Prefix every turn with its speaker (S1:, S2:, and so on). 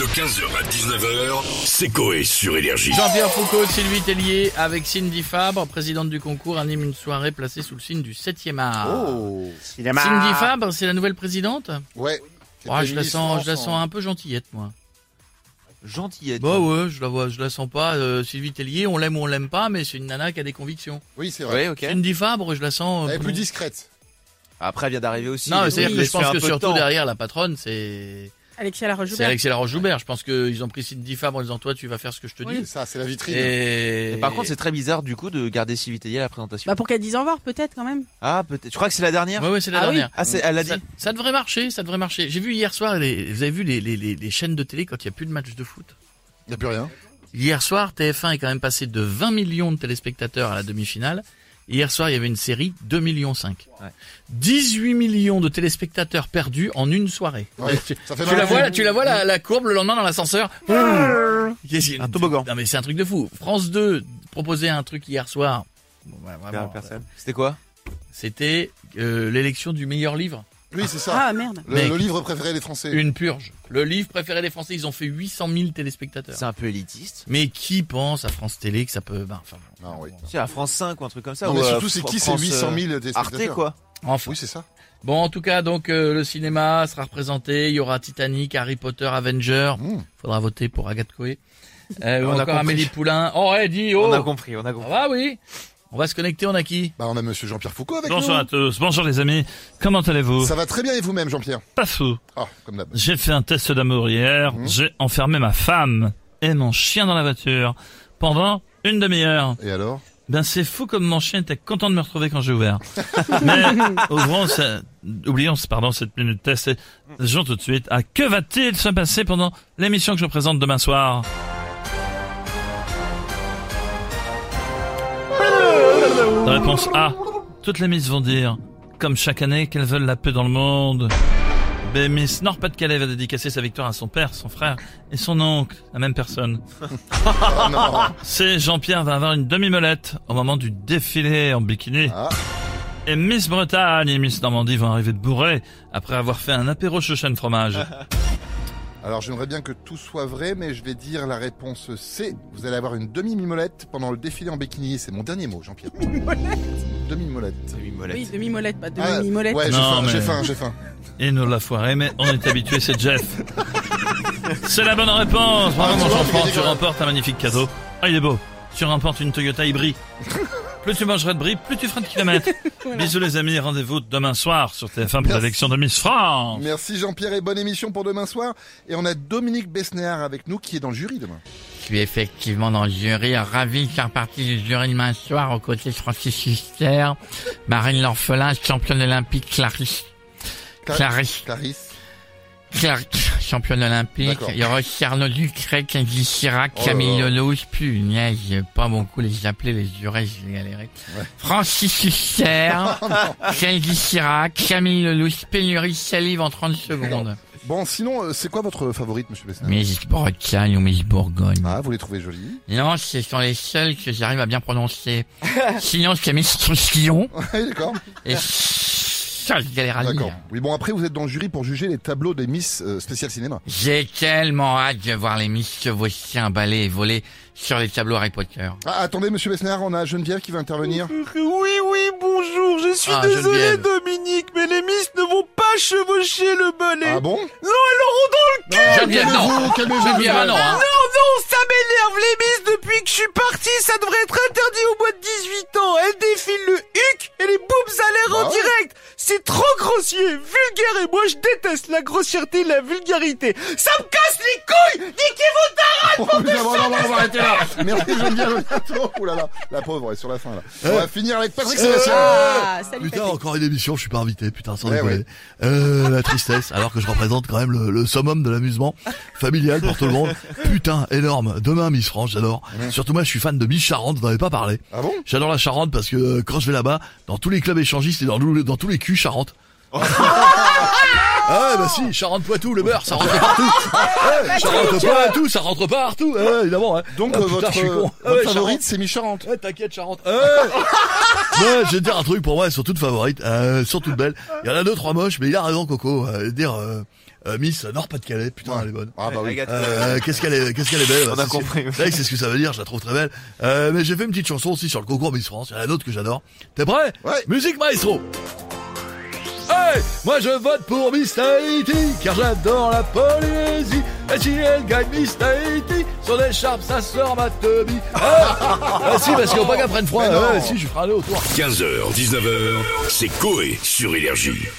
S1: De 15h à 19h, c'est Coé sur Énergie.
S2: Jean-Pierre Foucault, Sylvie Tellier, avec Cindy Fabre, présidente du concours, anime une soirée placée sous le signe du 7e art.
S3: Oh
S4: Cinéma.
S2: Cindy Fabre, c'est la nouvelle présidente
S3: Ouais.
S2: Oh, Je la sens, je la sens un peu gentillette, moi.
S4: Gentillette.
S2: Bah ouais, je la vois, je la sens pas. euh, Sylvie Tellier, on l'aime ou on l'aime pas, mais c'est une nana qui a des convictions.
S3: Oui, c'est
S4: Ouais,
S3: vrai.
S4: ok.
S2: Cindy Fabre, je la sens. euh,
S3: Elle est plus
S2: non,
S3: discrète.
S4: Après, elle vient d'arriver aussi.
S2: mais
S4: Oui,
S2: c'est-à-dire que
S4: il
S2: je
S4: se fait
S2: pense
S4: un
S2: que
S4: peu de
S2: surtout
S4: temps.
S2: derrière la patronne, c'est
S5: Alexia
S2: c'est
S5: Laroche-Joubert.
S2: Alex Laroche-Joubert. Je pense qu'ils ont pris Cindy Fabre en disant toi, tu vas faire ce que je te
S3: C'est
S2: dis.
S3: Ça, c'est la vitrine.
S2: Et...
S4: Mais Par contre, c'est très bizarre du coup de garder si vite à la présentation.
S5: Bah pour qu'elle dise au revoir peut-être quand même.
S4: Ah, peut-être. Tu crois que c'est la dernière
S2: Ouais, ouais, c'est la
S4: Ah oui.
S2: dernière.
S4: Ah, c'est- elle l'a dit.
S2: Ça, ça devrait marcher, ça devrait marcher. J'ai vu hier soir, les, vous avez vu les, les, les, les chaînes de télé quand il n'y a plus de match de foot
S3: Il a plus rien.
S2: Hier soir, TF1 est quand même passé de 20 millions de téléspectateurs à la demi-finale. Hier soir, il y avait une série 2 millions 5.
S4: Ouais.
S2: 18 millions de téléspectateurs perdus en une soirée.
S3: Ouais,
S2: Tu,
S3: ça fait
S2: tu
S3: mal.
S2: la vois, là, tu la vois la, la courbe le lendemain dans l'ascenseur. Mmh. Qu'est-ce qu'il y a
S4: Un toboggan.
S2: Non mais c'est un truc de fou. France 2 proposait un truc hier soir. Bon, bah, vraiment,
S4: Personne. Personne. C'était quoi
S2: C'était euh, l'élection du meilleur livre.
S3: Oui, c'est ça.
S5: Ah merde.
S3: Le,
S2: mec.
S3: le livre préféré des Français.
S2: Une purge. Le livre préféré des Français, ils ont fait 800 000 téléspectateurs.
S4: C'est un peu élitiste.
S2: Mais qui pense à France Télé que ça peut... ben, enfin, bon.
S3: Non, Ah, oui.
S4: C'est à France 5 ou un truc comme ça.
S3: Non, mais
S4: ou, euh,
S3: surtout, c'est qui ces
S4: France,
S3: 800
S4: euh,
S3: 000 des
S4: Arte quoi.
S2: Enfin.
S3: Oui, c'est ça.
S2: Bon, en tout cas, donc euh, le cinéma sera représenté. Il y aura Titanic, Harry Potter, Avenger.
S3: Mmh.
S2: Faudra voter pour Agathe Coé. Euh, ou
S4: On a
S2: encore
S4: compris.
S2: Amélie Poulain. Oh, eh, dis, oh.
S4: On a compris, on a
S2: Ah
S4: compris.
S2: bah oui. On va se connecter. On a qui
S3: Bah, on a monsieur Jean-Pierre Foucault avec
S6: Bonsoir à tous, bonjour les amis, comment
S3: nous.
S6: allez-vous
S3: Ça va très bien et vous-même, Jean-Pierre
S6: Pas fou,
S3: Ah, comme d'hab.
S6: j'ai fait un test d'amour hier,
S4: Mmh.
S3: Mhm.
S6: j'ai enfermé ma femme et mon chien dans la voiture pendant une demi-heure.
S3: Et alors
S6: Ben c'est fou comme mon chien était content de me retrouver quand j'ai ouvert. Mais ouvrons ce- oublions ce- pardon, cette minute test et disons tout de suite à que va-t-il se passer pendant l'émission que je présente demain soir Réponse A. Toutes les Miss vont dire, comme chaque année, qu'elles veulent la paix dans le monde. B. Miss Nord-Pas-de-Calais va dédicacer sa victoire à son père, son frère et son oncle, la même personne.
S3: Ah, non.
S6: C. Jean-Pierre va avoir une demi-molette au moment du défilé en bikini.
S3: Ah.
S6: Et Miss Bretagne et Miss Normandie vont arriver de bourrées après avoir fait un apéro chouchen fromage.
S3: Alors, j'aimerais bien que tout soit vrai, mais je vais dire la réponse C. Vous allez avoir une demi-mimolette pendant le défilé en bikini. C'est mon dernier mot, Jean-Pierre. Demi-molette.
S4: C'est une molette.
S5: Oui, demi-molette, pas
S3: Ah,
S5: demi-molette.
S3: ouais, j'ai
S6: Non,
S3: faim,
S6: mais-
S3: j'ai faim, j'ai faim.
S6: Et nous l'a foiré, mais on est habitué, c'est Jeff. C'est la bonne réponse. Bravo,
S3: Ah,
S6: mon
S3: tu vois,
S6: enfant,
S3: tu
S6: tu
S3: gagnes.
S6: remportes un magnifique cadeau. Ah, il est beau. Tu remportes une Toyota Hybrid. Plus tu mangeras de brie, plus tu feras de kilomètres. Bisous les amis, rendez-vous demain soir sur TF1 pour
S3: Merci.
S6: l'élection de Miss France.
S3: Merci Jean-Pierre et bonne émission pour demain soir. Et on a Dominique Besnéard avec nous qui est dans le jury demain.
S2: Je suis effectivement dans le jury, ravi de faire partie du jury demain soir aux côtés de Francis Huster, Marine L'Orphelin, championne olympique Clarisse.
S3: Clar-
S2: Clarisse.
S3: Clarisse.
S2: Clark, championne olympique.
S3: D'accord.
S2: Il y aura aussi Arnaud Ducret, Kenji Chirac,
S3: Oh là
S2: Camille
S3: là.
S2: Lelouch, punaise, j'ai pas bon coup les appeler, les jurés, j'ai galéré.
S3: Ouais.
S2: Francis Huster, Kenji Chirac, Camille Lelouch, pénurie salive en 30 secondes.
S3: Bon, sinon, euh, c'est quoi votre favorite, monsieur Besnéard
S2: Miss Bretagne ou Miss Bourgogne.
S3: Ah, vous les trouvez jolies.
S2: Non, ce sont les seuls que j'arrive à bien prononcer. Sinon, c'est Miss Troussillon
S3: Oui, d'accord.
S2: et ça, je galère à le
S3: D'accord.
S2: dire.
S3: Oui, bon, après, vous êtes dans le jury pour juger les tableaux des Miss euh, Spécial Cinéma.
S2: J'ai tellement hâte de voir les Miss Chevauchés imbalés et voler sur les tableaux Harry Potter.
S3: Ah, attendez, monsieur Besnéard, on a Geneviève qui va intervenir.
S4: Oui, oui, bonjour, je suis
S2: Ah,
S4: désolé
S2: Geneviève.
S4: Dominique, mais les Miss ne vont pas chevaucher le balai.
S3: Ah bon
S2: Geneviève, non.
S3: Calmez-vous, calmez-vous.
S2: Geneviève, non, hein.
S4: Non, non, ça m'énerve les miss depuis que je suis parti, ça devrait être interdit au moins de 18 ans. Elles défilent le huc et les boobs à l'air
S3: Bah
S4: en
S3: ouais.
S4: direct. C'est trop grossier, vulgaire et moi je déteste la grossièreté et la vulgarité. Ça me casse les couilles Niquez-vous
S7: Ah,
S3: Oh, mais non, non, non, non, arrêtez là. Merci Geneviève, à bientôt. Ouh là là, la pauvre elle est sur la fin là. On
S7: Euh.
S3: va finir avec Patrick Sébastien.
S5: Ah, salut
S7: Putain,
S5: Patrick.
S7: encore une émission, je suis pas invité, putain, sans
S3: Eh
S7: déconner.
S3: ouais.
S7: Euh, la tristesse, alors que je représente quand même le, le summum de l'amusement familial pour tout le monde. Putain, énorme. Demain, Miss France, j'adore. Surtout moi, je suis fan de Miss Charente, je n'en avais pas parlé.
S3: Ah bon
S7: J'adore la Charente parce que euh, quand je vais là-bas, dans tous les clubs échangistes et dans, tous les- dans tous les culs Charente.
S3: Oh.
S7: Ah ouais, bah si, Charente-Poitou, le beurre, ça rentre partout. Ouais, Charente-Poitou, ça rentre partout. Ouais, évidemment. ouais.
S3: Donc
S7: Ah,
S3: euh,
S7: putain,
S3: votre,
S7: je suis con.
S3: votre
S7: Ouais,
S3: favorite c'est Micharente.
S7: Ouais, t'inquiète, Charente. Euh Ouais, je vais te dire un truc, pour moi, elles sont toutes favorites, euh, elles sont toutes belles. Il y en a deux, trois moches, mais il a raison, Coco. Euh, dire, euh, euh, Miss Nord-Pas-de-Calais, putain,
S3: Ouais.
S7: elle est bonne.
S3: Ah bah oui.
S4: Agathe.
S7: Euh, qu'est-ce qu'elle est, qu'est-ce qu'elle est belle.
S8: On
S7: bah,
S8: a
S7: c'est-
S8: compris.
S7: C'est vrai que c'est ce que ça veut dire, je la trouve très belle. Euh, mais j'ai fait une petite chanson aussi sur le concours Miss France, il y en a d'autres que j'adore. T'es prêt
S3: Ouais.
S7: Musique maestro Hey Moi je vote pour Miss Tahiti, car j'adore la Polynésie. Et si elle gagne Miss Tahiti, son écharpe, sa sœur ma teubie. Ah, Ah si, parce qu'on pas qu'elle prenne froid. Eh,
S3: Mais non.
S7: Ouais, si, je ferai aller autour.
S1: 15h, 19h, c'est Coé sur Énergie.